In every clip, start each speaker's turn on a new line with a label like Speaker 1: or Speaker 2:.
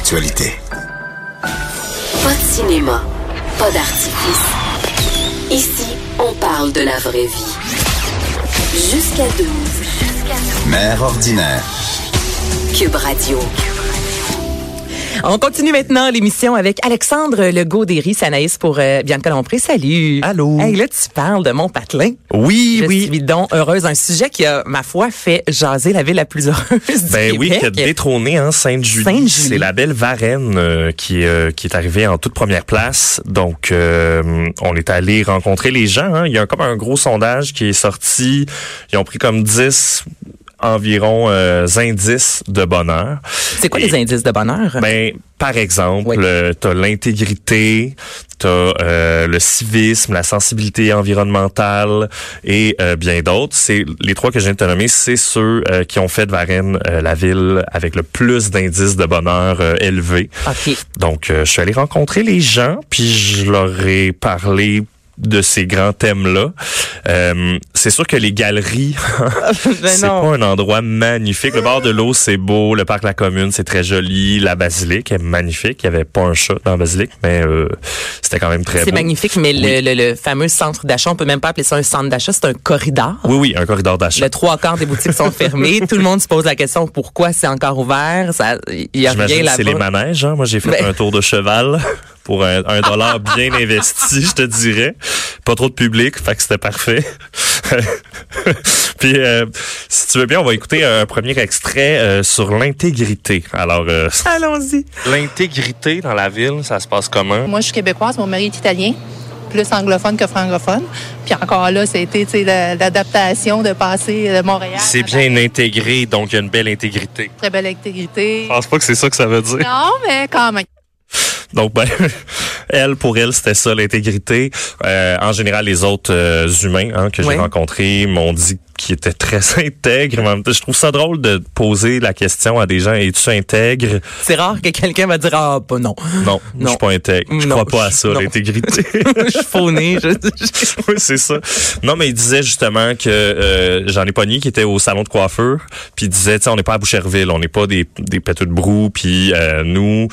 Speaker 1: l'actualité.
Speaker 2: Pas de cinéma, pas d'artifice. Ici, on parle de la vraie vie. Jusqu'à 12.
Speaker 1: Mère ordinaire.
Speaker 2: Cube Radio.
Speaker 3: On continue maintenant l'émission avec Alexandre Legaudéry, Sanaïs pour euh, Bianca Lompré. Salut.
Speaker 4: Allô.
Speaker 3: Hey, là, tu parles de mon patelin.
Speaker 4: Oui,
Speaker 3: Je
Speaker 4: oui.
Speaker 3: suis donc heureuse. Un sujet qui a, ma foi, fait jaser la ville la plus heureuse du
Speaker 4: Ben oui,
Speaker 3: Québec.
Speaker 4: qui a détrôné hein, Sainte-Julie.
Speaker 3: Sainte-Julie.
Speaker 4: C'est la belle Varenne euh, qui, euh, qui est arrivée en toute première place. Donc, euh, on est allé rencontrer les gens. hein. Il y a comme un gros sondage qui est sorti. Ils ont pris comme 10 environ euh, indices de bonheur.
Speaker 3: C'est quoi
Speaker 4: Et-
Speaker 3: les indices de bonheur?
Speaker 4: Ben, par exemple,
Speaker 3: Oui.
Speaker 4: euh, t'as l'intégrité, t'as euh, le civisme, la sensibilité environnementale et euh, bien d'autres. C'est les trois que je viens de te nommer, c'est ceux euh, qui ont fait de Varennes euh, la ville avec le plus d'indices de bonheur euh, élevés.
Speaker 3: OK.
Speaker 4: Donc, euh, je suis allé rencontrer les gens, puis je leur ai parlé de ces grands thèmes-là. Euh, c'est sûr que les galeries, hein,
Speaker 3: Ben
Speaker 4: c'est
Speaker 3: non.
Speaker 4: pas un endroit magnifique. Le bord de l'eau, c'est beau. Le parc La Commune, c'est très joli. La basilique est magnifique. Il y avait pas un chat dans la basilique, mais euh, c'était quand même très beau.
Speaker 3: C'est magnifique, mais
Speaker 4: Oui.
Speaker 3: le, le- le fameux centre d'achat, on peut même pas appeler ça un centre d'achat, c'est un corridor.
Speaker 4: Oui, oui, un corridor d'achat.
Speaker 3: Le trois quarts des boutiques sont fermées. Tout le monde se pose la question pourquoi c'est encore ouvert. Ça, il y a rien
Speaker 4: J'imagine que
Speaker 3: là-bas.
Speaker 4: c'est les manèges. hein. Moi, j'ai fait
Speaker 3: Ben-
Speaker 4: un tour de cheval pour un, un dollar bien investi, je te dirais. Pas trop de public, fait que c'était parfait. Puis, euh, si tu veux bien, on va écouter un premier extrait euh, sur l'intégrité. Alors, euh,
Speaker 3: Allons-y.
Speaker 4: l'intégrité dans la ville, ça se passe comment?
Speaker 5: Moi, je suis québécoise, mon mari est italien, plus anglophone que francophone. Puis encore là, c'était tu sais, la- l'adaptation de passer de Montréal.
Speaker 4: C'est
Speaker 5: à-
Speaker 4: bien intégré, donc il y a une belle intégrité.
Speaker 5: Très belle intégrité.
Speaker 4: Je pense pas que c'est ça que ça veut dire.
Speaker 5: Non, mais quand même.
Speaker 4: Donc, ben, elle, pour elle, c'était ça, l'intégrité. Euh, en général, les autres euh, humains hein, que j'ai
Speaker 3: Ouais.
Speaker 4: rencontrés m'ont dit qu'ils étaient très intègres. Mais en même temps, Je trouve ça drôle de poser la question à des gens, es-tu intègre?
Speaker 3: C'est rare que quelqu'un va dire ah pas non.
Speaker 4: Non, je suis pas intègre. Je
Speaker 3: Non,
Speaker 4: crois pas à
Speaker 3: je-
Speaker 4: ça,
Speaker 3: non.
Speaker 4: l'intégrité.
Speaker 3: je suis faunée. Je, je-
Speaker 4: oui, c'est ça. Non, mais il disait justement que euh, j'en ai pogné qui était au salon de coiffeur, puis il disait, tu sais, on n'est pas à Boucherville, on n'est pas des, des péteux de brou, puis euh, nous,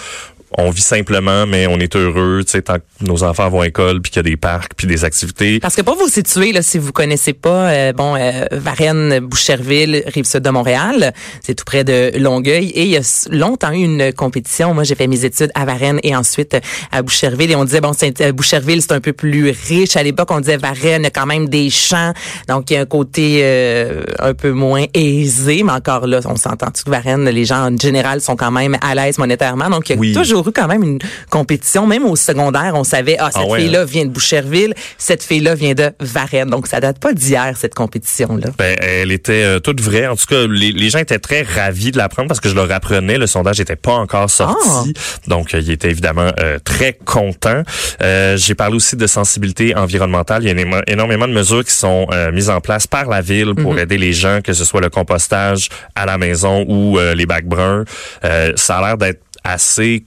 Speaker 4: on vit simplement, mais on est heureux, tu sais, tant que nos enfants vont à l'école, puis qu'il y a des parcs, puis des activités.
Speaker 3: Parce que pour vous situer, là, si vous connaissez pas, euh, bon, euh, Varennes, Boucherville, Rive-Sud de Montréal, c'est tout près de Longueuil. Et il y a s- longtemps eu une compétition. Moi, j'ai fait mes études à Varennes et ensuite euh, à Boucherville. Et on disait, bon, c'est- euh, Boucherville, c'est un peu plus riche. À l'époque, on disait Varennes, il y a quand même des champs. Donc, il y a un côté euh, un peu moins aisé. Mais encore là, on s'entend que Varennes, les gens en général sont quand même à l'aise monétairement. Donc, il y a
Speaker 4: Oui.
Speaker 3: toujours eu quand même une compétition. Même au secondaire, on savait, ah, cette
Speaker 4: Ah ouais,
Speaker 3: fille-là vient de Boucherville, cette fille-là vient de Varennes. Donc, ça date pas d'hier, cette compétition-là.
Speaker 4: Ben, elle était euh, toute vraie. En tout cas, les, les gens étaient très ravis de l'apprendre parce que je leur apprenais. Le sondage n'était pas
Speaker 3: Ah!
Speaker 4: encore sorti. Donc, euh, ils étaient évidemment euh, très contents. Euh, J'ai parlé aussi de sensibilité environnementale. Il y a éno- énormément de mesures qui sont euh, mises en place par la ville
Speaker 3: Mhm.
Speaker 4: pour aider les gens, que ce soit le compostage à la maison ou euh, les bacs bruns. Euh, ça a l'air d'être assez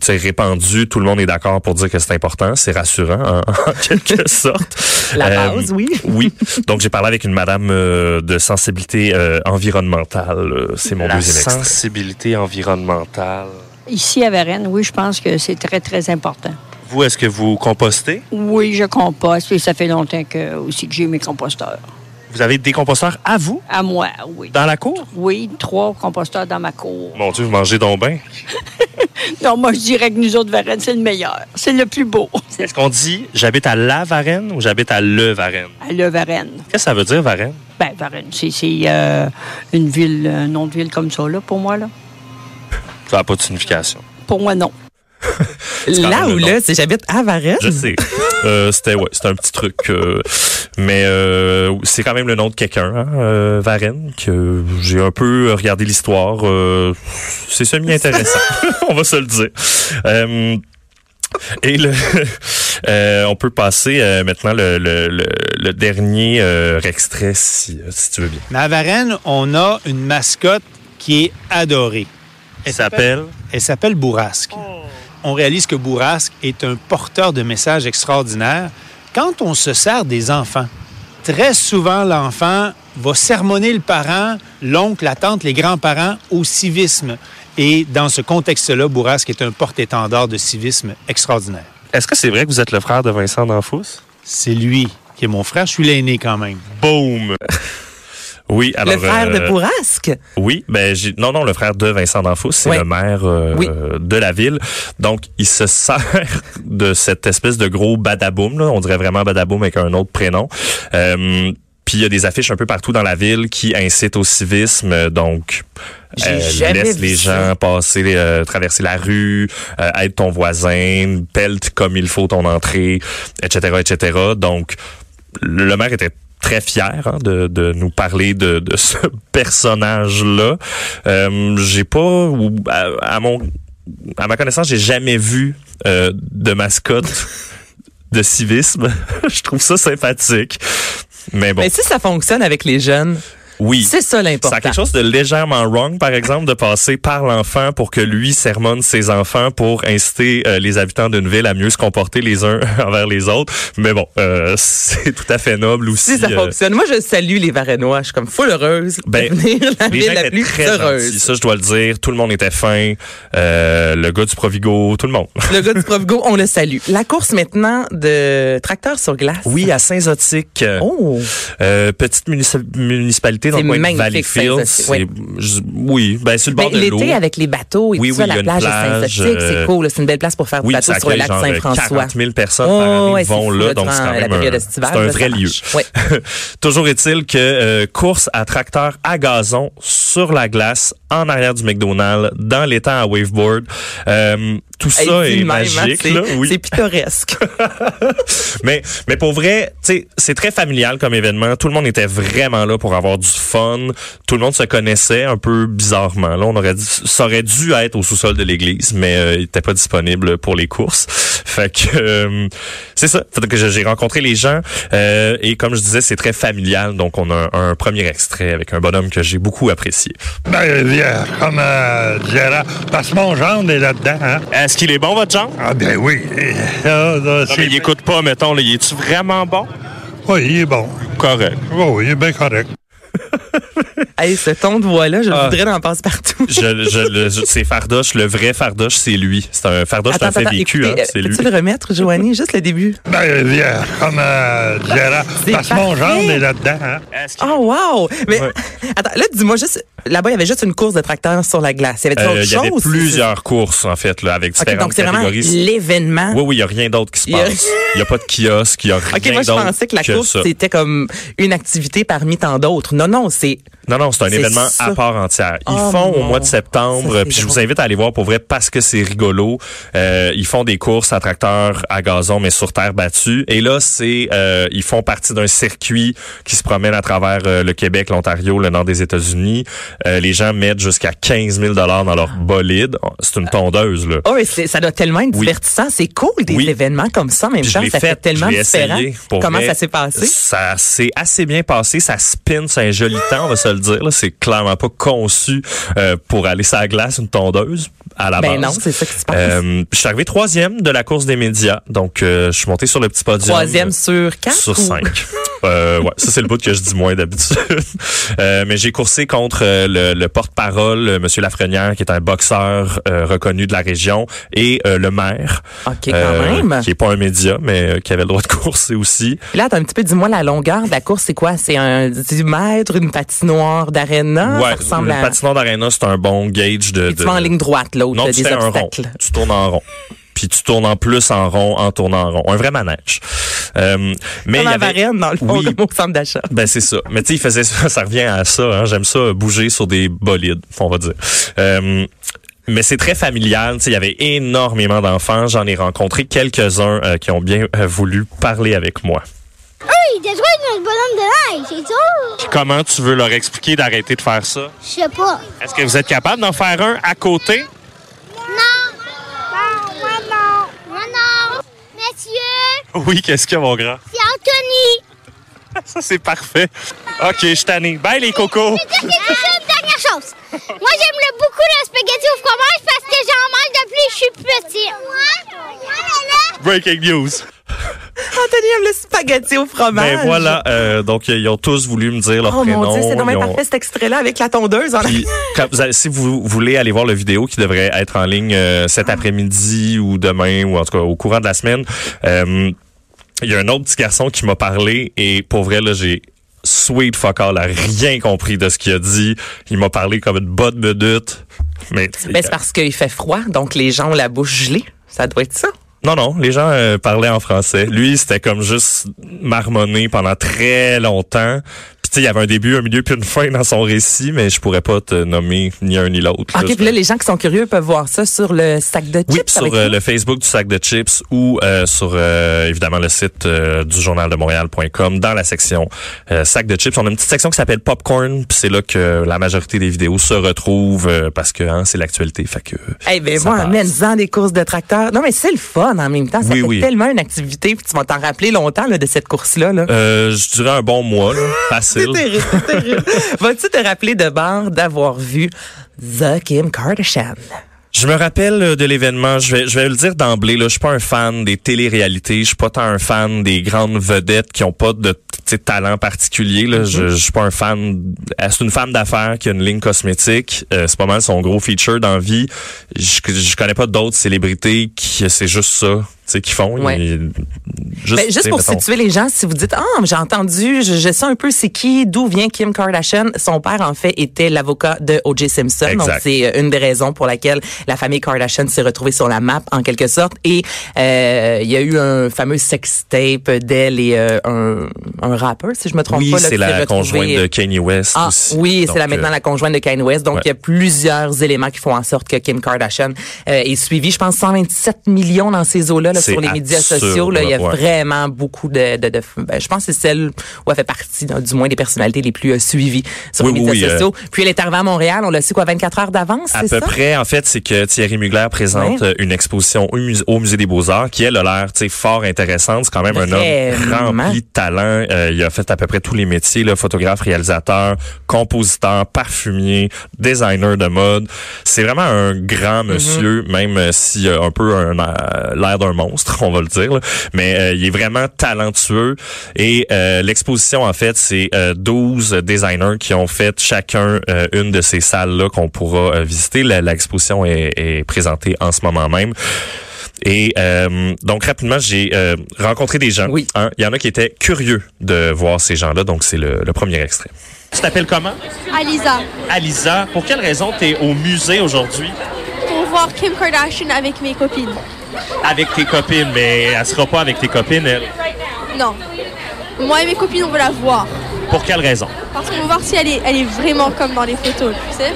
Speaker 4: tu sais, répandu, tout le monde est d'accord pour dire que c'est important, c'est rassurant en, en quelque sorte. Euh,
Speaker 3: La base, oui.
Speaker 4: Oui. Donc, j'ai parlé avec une madame euh, de sensibilité euh, environnementale. Euh, C'est mon
Speaker 6: La
Speaker 4: deuxième extrait.
Speaker 6: sensibilité environnementale.
Speaker 7: Ici à Varennes, oui, je pense que c'est très, très important.
Speaker 6: Vous, est-ce que vous compostez?
Speaker 7: Oui, je composte et ça fait longtemps que, aussi que j'ai mes composteurs.
Speaker 6: Vous avez des composteurs à vous,
Speaker 7: À moi, oui.
Speaker 6: dans la cour?
Speaker 7: Oui, trois composteurs dans ma cour.
Speaker 4: Mon Dieu, vous mangez donc bien.
Speaker 7: Non, moi, je dirais que nous autres, Varennes, c'est le meilleur. C'est le plus beau.
Speaker 6: Est-ce qu'on dit j'habite à la Varenne ou j'habite à le Varenne?
Speaker 7: Le Varennes.
Speaker 6: Qu'est-ce que ça veut dire, Varenne?
Speaker 7: Ben, Varennes, c'est c'est, euh, une ville, un nom de ville comme ça, là, pour moi, là.
Speaker 6: Ça n'a pas de signification.
Speaker 7: Pour moi, non.
Speaker 4: quand
Speaker 3: Là
Speaker 4: même
Speaker 3: ou
Speaker 4: le
Speaker 3: là, c'est j'habite à Varennes.
Speaker 4: Je sais. Euh, C'était ouais, c'était un petit truc. euh, mais euh, c'est quand même le nom de quelqu'un, hein, euh, Varenne, que j'ai un peu regardé l'histoire. euh, c'est semi-intéressant, on va se le dire. Euh, et le, euh, on peut passer euh, maintenant le, le- le- le dernier euh, extrait, si, si tu veux bien.
Speaker 8: Mais à Varennes, on a une mascotte qui est adorée.
Speaker 6: Elle s'appelle?
Speaker 8: Elle s'appelle Bourrasque. On réalise que Bourrasque est un porteur de messages extraordinaires quand on se sert des enfants. Très souvent, l'enfant va sermonner le parent, l'oncle, la tante, les grands-parents au civisme. Et dans ce contexte-là, Bourrasque est un porte-étendard de civisme extraordinaire.
Speaker 4: Est-ce que c'est vrai que vous êtes le frère de Vincent D'Anfous?
Speaker 8: C'est lui qui est mon frère. Je suis l'aîné quand même.
Speaker 4: Boom! Oui, alors
Speaker 3: le frère
Speaker 4: euh,
Speaker 3: de Bourrasque.
Speaker 4: Oui, ben j'ai- non non le frère de Vincent D'Anfous, c'est
Speaker 3: Ouais.
Speaker 4: le maire euh,
Speaker 3: Oui.
Speaker 4: de la ville. Donc il se sert de cette espèce de gros badaboum là, on dirait vraiment badaboum avec un autre prénom. Euh, puis il y a des affiches un peu partout dans la ville qui incitent au civisme, euh, donc
Speaker 3: J'ai jamais
Speaker 4: Euh, laisse
Speaker 3: vu
Speaker 4: les
Speaker 3: ça.
Speaker 4: gens passer, euh, traverser la rue, euh, aide ton voisin, pelte comme il faut ton entrée, etc., etc. Donc le le maire était très fier hein, de, de nous parler de, de ce personnage-là. Euh, j'ai pas, ou, à, à mon, à ma connaissance, j'ai jamais vu euh, de mascotte de civisme. Je trouve ça sympathique. Mais bon,
Speaker 3: Mais si ça fonctionne avec les jeunes,
Speaker 4: oui.
Speaker 3: c'est ça
Speaker 4: Ça a
Speaker 3: l'important.
Speaker 4: quelque chose de légèrement wrong, par exemple, de passer par l'enfant pour que lui sermonne ses enfants pour inciter euh, les habitants d'une ville à mieux se comporter les uns envers les autres. Mais bon, euh, c'est tout à fait noble aussi.
Speaker 3: Si ça
Speaker 4: euh,
Speaker 3: fonctionne. Moi, je salue les Varenois. Je suis comme full heureuse
Speaker 4: Ben,
Speaker 3: de devenir la
Speaker 4: Les
Speaker 3: ville
Speaker 4: gens
Speaker 3: la
Speaker 4: étaient
Speaker 3: plus
Speaker 4: très
Speaker 3: heureuse.
Speaker 4: gentils, ça je dois le dire. Tout le monde était fin. Euh, le gars du Provigo, tout le monde.
Speaker 3: Le gars du Provigo, on le salue. La course maintenant de tracteur sur glace.
Speaker 4: Oui, à Saint-Zotique.
Speaker 3: Oh,
Speaker 4: Euh, petite munici- municipalité dans
Speaker 3: C'est
Speaker 4: le coin de
Speaker 3: magnifique,
Speaker 4: Valleyfield.
Speaker 3: Saint-Zotique,
Speaker 4: C'est- je- oui, ben, sur le
Speaker 3: Ben,
Speaker 4: bord de l'eau.
Speaker 3: l'été avec les bateaux et
Speaker 4: Oui,
Speaker 3: tout
Speaker 4: oui,
Speaker 3: ça,
Speaker 4: il y a
Speaker 3: la
Speaker 4: une
Speaker 3: plage,
Speaker 4: plage,
Speaker 3: de Saint-Zotique,
Speaker 4: euh,
Speaker 3: c'est cool. là. C'est une belle place pour faire du
Speaker 4: Oui,
Speaker 3: bateau
Speaker 4: ça
Speaker 3: sur le
Speaker 4: accueille
Speaker 3: lac
Speaker 4: genre euh,
Speaker 3: Saint-François. Oh,
Speaker 4: 40 000 personnes par année
Speaker 3: ouais,
Speaker 4: vont
Speaker 3: c'est fou,
Speaker 4: là,
Speaker 3: là,
Speaker 4: donc c'est
Speaker 3: durant
Speaker 4: quand
Speaker 3: la
Speaker 4: même
Speaker 3: période
Speaker 4: un,
Speaker 3: estivale,
Speaker 4: c'est un
Speaker 3: là,
Speaker 4: vrai
Speaker 3: ça
Speaker 4: lieu.
Speaker 3: marche. Ouais.
Speaker 4: Toujours est-il que euh, course à tracteur à gazon sur la glace en arrière du McDonald's dans les temps à waveboard. Euh, tout
Speaker 3: Hey,
Speaker 4: ça
Speaker 3: dis
Speaker 4: est
Speaker 3: de même, hein,
Speaker 4: magique.
Speaker 3: c'est-
Speaker 4: là, oui.
Speaker 3: C'est pittoresque.
Speaker 4: mais, mais pour vrai, tu sais, c'est très familial comme événement. Tout le monde était vraiment là pour avoir du fun. Tout le monde se connaissait un peu bizarrement. Là, on aurait dit, ça aurait dû être au sous-sol de l'église, mais euh, il n'était pas disponible pour les courses. Fait que euh, c'est ça. Fait que j'ai rencontré les gens euh, et comme je disais, c'est très familial. Donc on a un, un premier extrait avec un bonhomme que j'ai beaucoup apprécié.
Speaker 9: Ben, bien, comme euh, Gérard, parce que mon gendre est là-dedans, hein?
Speaker 6: Est-ce qu'il est bon, votre genre?
Speaker 9: Ah ben oui, eh, ça, ça, c'est-
Speaker 6: il écoute pas, mettons, là. Il est-tu vraiment bon?
Speaker 9: Oui, il est bon.
Speaker 6: Correct.
Speaker 9: Oui, oui, il est bien correct.
Speaker 3: hey, ce ton de voix-là, je voudrais l'en passer partout.
Speaker 4: Ah. Je, je, le- je- c'est Fardoche, le vrai Fardoche, c'est lui. C'est un Fardoche, c'est un fait vécu, hein,
Speaker 3: écoutez, euh,
Speaker 4: c'est lui.
Speaker 3: peux-tu le remettre, Joanie, juste le début?
Speaker 9: Ben, bien, comme euh, Gérard,
Speaker 3: C'est
Speaker 9: parce que mon
Speaker 3: parfait.
Speaker 9: gendre est là-dedans, hein?
Speaker 6: Est-ce qu'il-
Speaker 3: Oh wow! Mais
Speaker 4: Ah, Ouais.
Speaker 3: attends, là dis-moi juste, là-bas il y avait juste une course de tracteur sur la glace. Il y avait
Speaker 4: Euh,
Speaker 3: autre
Speaker 4: Il y avait
Speaker 3: chose?
Speaker 4: plusieurs courses, en fait, là, avec
Speaker 3: Ok,
Speaker 4: différentes
Speaker 3: donc c'est vraiment
Speaker 4: catégories.
Speaker 3: l'événement.
Speaker 4: Oui, oui, il n'y a rien d'autre qui se
Speaker 3: Il y a-
Speaker 4: passe. Il n'y a pas de kiosque, il n'y a rien
Speaker 3: Ok, moi je
Speaker 4: d'autre
Speaker 3: pensais que la course
Speaker 4: ça.
Speaker 3: c'était comme une activité parmi tant d'autres. Non, non, c'est
Speaker 4: Non, non, c'est un
Speaker 3: c'est
Speaker 4: événement
Speaker 3: ça.
Speaker 4: à part entière. Ils
Speaker 3: Oh,
Speaker 4: font au
Speaker 3: mon-
Speaker 4: mois de
Speaker 3: Ça,
Speaker 4: septembre,
Speaker 3: c'est
Speaker 4: puis je vous
Speaker 3: drôle.
Speaker 4: invite à aller voir pour vrai parce que c'est rigolo. Euh, ils font des courses à tracteur, à gazon, mais sur terre battue. Et là, c'est euh, ils font partie d'un circuit qui se promène à travers euh, le Québec, l'Ontario, le nord des États-Unis. Euh, les gens mettent jusqu'à 15 000 dollars dans leur bolide. C'est une tondeuse, là.
Speaker 3: oh, et c'est- ça doit tellement être
Speaker 4: Oui.
Speaker 3: divertissant, c'est cool des
Speaker 4: Oui.
Speaker 3: événements comme ça en même
Speaker 4: Puis je
Speaker 3: temps,
Speaker 4: l'ai
Speaker 3: ça fait
Speaker 4: faite,
Speaker 3: tellement
Speaker 4: je l'ai
Speaker 3: différent.
Speaker 4: essayé, pour
Speaker 3: Comment
Speaker 4: vrai.
Speaker 3: ça s'est passé
Speaker 4: Ça s'est assez bien passé. Ça spin, c'est un joli temps, on va se le dire. là. C'est clairement pas conçu euh, pour aller sur la glace, une tondeuse, à la
Speaker 3: Ben non,
Speaker 4: base.
Speaker 3: c'est ça qui se passe.
Speaker 4: Euh, je suis arrivé troisième de la course des médias. Donc, euh, je suis monté sur le petit podium. euh,
Speaker 3: Troisième sur quatre
Speaker 4: Sur
Speaker 3: ou-
Speaker 4: cinq. Euh, ouais, ça c'est le bout que je dis moins d'habitude. Euh, mais j'ai coursé contre euh, le, le porte-parole, euh, Monsieur Lafrenière, qui est un boxeur euh, reconnu de la région, et euh, le maire,
Speaker 3: Ok, quand
Speaker 4: euh,
Speaker 3: même.
Speaker 4: qui est pas un média, mais euh, qui avait le droit de courser aussi.
Speaker 3: Puis Là, attends un petit peu, dis-moi la longueur de la course, c'est quoi C'est un 10 mètres, une patinoire d'aréna
Speaker 4: ouais,
Speaker 3: Ah, Ça ressemble
Speaker 4: le
Speaker 3: à.
Speaker 4: patineur d'arena, c'est un bon gauge de.
Speaker 3: Puis tu
Speaker 4: de-
Speaker 3: vas en ligne droite, là, où
Speaker 4: Non,
Speaker 3: t'as
Speaker 4: tu
Speaker 3: des
Speaker 4: fais un rond.
Speaker 3: obstacles.
Speaker 4: Tu tournes en rond. Puis tu tournes en plus en rond, en tournant en rond. Un vrai manège. Euh, mais
Speaker 3: Comme
Speaker 4: il y
Speaker 3: à
Speaker 4: avait-
Speaker 3: Varennes, dans le fond,
Speaker 4: Oui.
Speaker 3: comme au centre d'achat.
Speaker 4: Ben c'est ça. Mais tu sais, il faisait ça, ça revient à ça. hein. J'aime ça euh, bouger sur des bolides, on va dire. Euh, mais c'est très familial. Tu sais, il y avait énormément d'enfants. J'en ai rencontré quelques-uns euh, qui ont bien euh, voulu parler avec moi.
Speaker 10: Il détruit notre bonhomme de neige, c'est tout.
Speaker 6: Puis comment tu veux leur expliquer d'arrêter de faire ça?
Speaker 10: Je sais pas.
Speaker 6: Est-ce que vous êtes capable d'en faire un à côté?
Speaker 10: Non. Non, moi non. Moi non. Monsieur,
Speaker 6: Oui, qu'est-ce qu'il y a, mon grand?
Speaker 10: c'est Anthony.
Speaker 6: Ça, c'est parfait. OK, je suis tanné. Bye, les cocos!
Speaker 10: Je te dis quelque chose, dernière chose. Moi, j'aime le- beaucoup le spaghetti au fromage parce que j'en mange depuis que je suis petit. Moi, là, là.
Speaker 6: Breaking news.
Speaker 3: Anthony aime le spaghetti au fromage.
Speaker 4: Ben voilà, euh, donc ils ont tous voulu me dire leur
Speaker 3: oh
Speaker 4: prénom.
Speaker 3: mon Dieu, c'est dommage
Speaker 4: ils ont-
Speaker 3: parfait cet extrait-là avec la tondeuse. en
Speaker 4: Puis,
Speaker 3: arrière.
Speaker 4: quand vous allez- si vous voulez aller voir la vidéo qui devrait être en ligne euh, cet
Speaker 3: Ah.
Speaker 4: après-midi ou demain ou en tout cas au courant de la semaine, euh, il y a un autre petit garçon qui m'a parlé et pour vrai là j'ai sweet fuck all, a rien compris de ce qu'il a dit. Il m'a parlé comme une botte de doute. Mais euh,
Speaker 3: Ben, c'est parce qu'il fait froid, donc les gens ont la bouche gelée. Ça doit être ça.
Speaker 4: non non, les gens euh, parlaient en français. Lui c'était comme juste marmonné pendant très longtemps. Puis tu sais, il y avait un début, un milieu puis une fin dans son récit, mais je pourrais pas te nommer ni un ni l'autre. là.
Speaker 3: OK, puis là, les gens qui sont curieux peuvent voir ça sur le sac de chips.
Speaker 4: Oui, sur
Speaker 3: avec
Speaker 4: euh,
Speaker 3: nous.
Speaker 4: le Facebook du sac de chips ou euh, sur euh, évidemment le site euh, du journal de Montréal.com dans la section euh, sac de chips. On a une petite section qui s'appelle Popcorn, puis c'est là que la majorité des vidéos se retrouvent euh, parce que hein, c'est l'actualité. Fait que
Speaker 3: Eh ben
Speaker 4: ça
Speaker 3: moi,
Speaker 4: passe.
Speaker 3: amène-en des courses de tracteurs. Non, mais c'est le fun en même temps. Ça
Speaker 4: Oui,
Speaker 3: fait
Speaker 4: oui.
Speaker 3: tellement une activité, puis tu vas t'en rappeler longtemps là, de cette course-là. Là.
Speaker 4: euh, je dirais un bon mois, là, facile.
Speaker 3: C'est terrible, c'est terrible. Vas-tu te rappeler de bord d'avoir vu The Kim Kardashian?
Speaker 4: Je me rappelle euh, de l'événement, je vais, je vais le dire d'emblée, là, je suis pas un fan des téléréalités, je suis pas tant un fan des grandes vedettes qui ont pas de tu sais, talent particulier.
Speaker 3: Mm-hmm.
Speaker 4: Là. Je, je suis pas un fan. ah, C'est une femme d'affaires qui a une ligne cosmétique. euh, c'est pas mal son gros feature dans la vie. Je, je connais pas d'autres célébrités qui c'est juste ça, tu sais, qui font.
Speaker 3: Ouais.
Speaker 4: Ils- juste,
Speaker 3: Ben,
Speaker 4: tu sais,
Speaker 3: juste pour
Speaker 4: mettons-
Speaker 3: situer les gens, si vous dites, ah, mais j'ai entendu, je, je sais un peu c'est qui, d'où vient Kim Kardashian. Son père, en fait, était l'avocat de O.J. Simpson.
Speaker 4: Exact.
Speaker 3: Donc, c'est euh, une des raisons pour laquelle la famille Kardashian s'est retrouvée sur la map, en quelque sorte. Et euh, il y a eu un fameux sextape d'elle et euh, un, un rappeur, si je me trompe
Speaker 4: Oui,
Speaker 3: pas. là,
Speaker 4: c'est
Speaker 3: qui s'est
Speaker 4: la
Speaker 3: retrouvé-
Speaker 4: conjointe de Kanye West
Speaker 3: Ah
Speaker 4: aussi.
Speaker 3: oui,
Speaker 4: Donc,
Speaker 3: c'est là maintenant
Speaker 4: euh,
Speaker 3: la conjointe de Kanye West. Donc,
Speaker 4: ouais.
Speaker 3: il y a plusieurs éléments qui font en sorte que Kim Kardashian euh, est suivie. Je pense 127 millions dans ces eaux-là là,
Speaker 4: C'est
Speaker 3: sur les médias
Speaker 4: absurde,
Speaker 3: sociaux. Là, il y a
Speaker 4: ouais.
Speaker 3: vraiment beaucoup de... de, de- ben, je pense que c'est celle où elle fait partie, là, du moins, des personnalités les plus euh, suivies sur
Speaker 4: Oui,
Speaker 3: les
Speaker 4: oui,
Speaker 3: médias
Speaker 4: oui, euh,
Speaker 3: sociaux. Puis elle est arrivée à Montréal, on l'a su quoi, 24 heures d'avance,
Speaker 4: À
Speaker 3: Hein, c'est
Speaker 4: peu
Speaker 3: ça?
Speaker 4: près, en fait, c'est que Thierry Mugler présente
Speaker 3: Ouais.
Speaker 4: euh, une exposition au, musée- au Musée des Beaux-Arts qui, elle, a l'air tu sais, fort intéressante. C'est quand même un homme
Speaker 3: Vraiment.
Speaker 4: rempli de talent. Euh, il a fait à peu près tous les métiers, là, photographe, réalisateur, compositeur, parfumier, designer de mode. C'est vraiment un grand monsieur, même euh, si euh, un peu un, euh, l'air d'un monstre, on va le dire. là. Mais euh, il est vraiment talentueux. Et euh, l'exposition, en fait, c'est euh, 12 designers qui ont fait chacun euh, une de ces salles-là qu'on pourra euh, visiter. La- L'exposition est, est présentée en ce moment même. Et euh, donc rapidement, j'ai euh, rencontré des gens.
Speaker 3: Oui.
Speaker 4: hein. Il y en a qui étaient curieux de voir ces gens-là, donc c'est le, le premier extrait.
Speaker 6: Tu t'appelles comment?
Speaker 11: Alisa,
Speaker 6: Alisa, pour quelle raison tu es au musée aujourd'hui
Speaker 11: pour voir Kim Kardashian avec mes copines.
Speaker 6: avec tes copines? Mais elle sera pas avec tes copines, elle.
Speaker 11: Non. Moi et mes copines, on veut la voir.
Speaker 6: Pour quelle raison?
Speaker 11: Parce qu'on veut voir si elle est, elle est vraiment comme dans les photos, tu sais.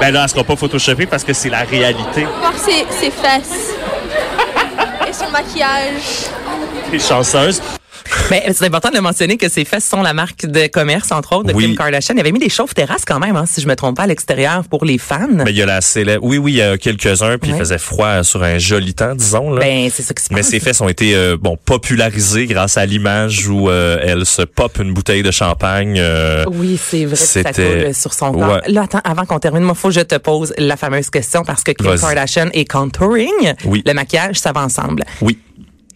Speaker 6: Ben là, elle sera pas photoshopée parce que c'est la réalité.
Speaker 11: Voir ses, ses fesses. et son maquillage.
Speaker 6: T'es chanceuse.
Speaker 3: Mais Ben, c'est important de mentionner que ces fesses sont la marque de commerce, entre autres, de
Speaker 4: Oui.
Speaker 3: Kim Kardashian. Il avait mis des chauffes terrasses quand même, hein, si je me trompe pas, à l'extérieur pour les fans.
Speaker 4: Mais Ben, il y a la célèbre. Oui, oui, il y a quelques-uns, puis il
Speaker 3: Ouais.
Speaker 4: faisait froid sur un joli temps, disons. Là.
Speaker 3: Ben, c'est ça qui se
Speaker 4: Mais
Speaker 3: passe.
Speaker 4: ces faits ont été euh, bon popularisés grâce à l'image où euh, elle se pop une bouteille de champagne. euh,
Speaker 3: Oui, c'est vrai que ça coule
Speaker 4: C'était-
Speaker 3: euh, sur son corps.
Speaker 4: Ouais.
Speaker 3: Là, attends, avant qu'on termine, moi, faut que je te pose la fameuse question parce que Kim
Speaker 4: Vas-y.
Speaker 3: Kardashian et contouring,
Speaker 4: Oui.
Speaker 3: le maquillage, ça va ensemble.
Speaker 4: Oui.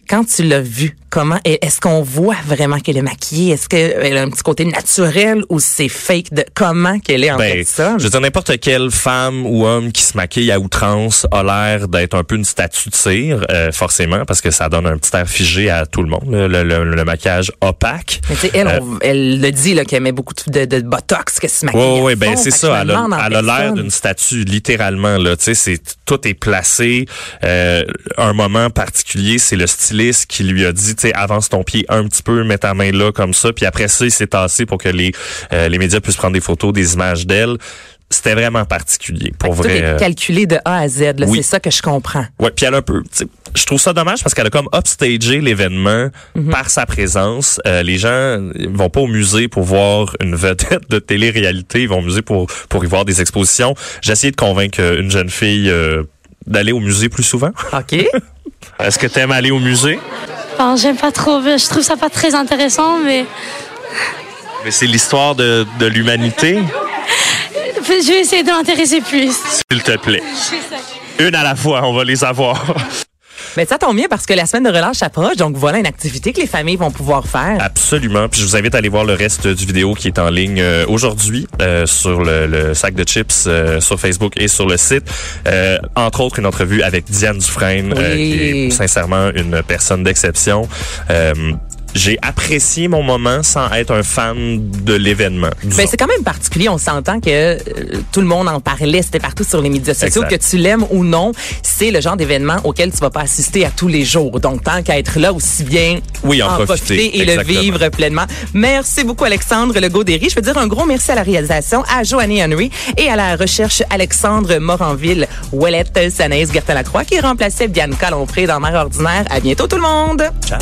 Speaker 3: Quand tu l'as vue, comment est- est-ce qu'on voit vraiment qu'elle est maquillée Est-ce qu'elle a un petit côté naturel ou c'est fake de comment qu'elle est en
Speaker 4: Ben,
Speaker 3: fait ça
Speaker 4: je veux dire, n'importe quelle femme ou homme qui se maquille à outrance a l'air d'être un peu une statue de cire, euh, forcément, parce que ça donne un petit air figé à tout le monde, le, le- le- le maquillage opaque.
Speaker 3: Mais tu sais, elle,
Speaker 4: Euh,
Speaker 3: on- elle le dit là qu'elle met beaucoup de, de botox, que se maquille.
Speaker 4: Ouais,
Speaker 3: à
Speaker 4: ouais,
Speaker 3: fond.
Speaker 4: ben c'est
Speaker 3: Fait que je
Speaker 4: ça.
Speaker 3: me
Speaker 4: Elle a,
Speaker 3: demande en
Speaker 4: elle a l'air
Speaker 3: personne.
Speaker 4: d'une statue, littéralement. Là, tu sais, c'est tout est placé. Euh, un moment particulier, c'est le styliste qui lui a dit, tu sais, avance ton pied un petit peu, mets ta main là comme ça. Puis après ça, il s'est tassé pour que les euh, les médias puissent prendre des photos, des images d'elle. C'était vraiment particulier, pour
Speaker 3: Tout
Speaker 4: vrai.
Speaker 3: est
Speaker 4: euh,
Speaker 3: calculé de A à Z. là.
Speaker 4: oui.
Speaker 3: C'est ça que je comprends.
Speaker 4: Ouais, puis elle a un peu. tu sais, Je trouve ça dommage parce qu'elle a comme upstagé l'événement
Speaker 6: Mhm.
Speaker 4: par sa présence. Euh, les gens ils vont pas au musée pour voir une vedette de télé-réalité, ils vont au musée pour pour y voir des expositions. J'ai essayé de convaincre euh, une jeune fille euh, d'aller au musée plus souvent.
Speaker 3: Ok.
Speaker 6: Est-ce que t'aimes aller au musée?
Speaker 10: Enfin, j'aime pas trop, je trouve ça pas très intéressant, mais
Speaker 6: Mais c'est l'histoire de, de l'humanité,
Speaker 10: je vais essayer de m'intéresser plus.
Speaker 6: s'il te plaît. Une à la fois, on va les avoir.
Speaker 3: Mais ça tombe bien parce que la semaine de relâche approche, donc voilà une activité que les familles vont pouvoir faire.
Speaker 4: Ah, Absolument. Puis je vous invite à aller voir le reste du vidéo qui est en ligne euh, aujourd'hui euh, sur le, le, sac de chips euh, sur Facebook et sur le site. Euh, entre autres, une entrevue avec Diane Dufresne, oui. qui est sincèrement une personne d'exception Euh, j'ai apprécié mon moment sans être un fan de l'événement.
Speaker 3: Mais Ben, c'est quand même particulier. On s'entend que euh, tout le monde en parlait. C'était partout sur les médias sociaux. Exact. Que tu l'aimes ou non, c'est le genre d'événement auquel tu vas pas assister à tous les jours. Donc, tant qu'à être là, aussi bien
Speaker 4: oui, en, en profiter, profiter,
Speaker 3: et exactement. le vivre pleinement. Merci beaucoup, Alexandre Legaudéry. Je veux dire un gros merci à la réalisation, à Joanny Henry et à la recherche Alexandre Moranville, Ouellette Sanaïs Gertin-Lacroix qui remplaçait Bianca Lompré dans Mère ordinaire. À bientôt, tout le monde!
Speaker 4: Ciao!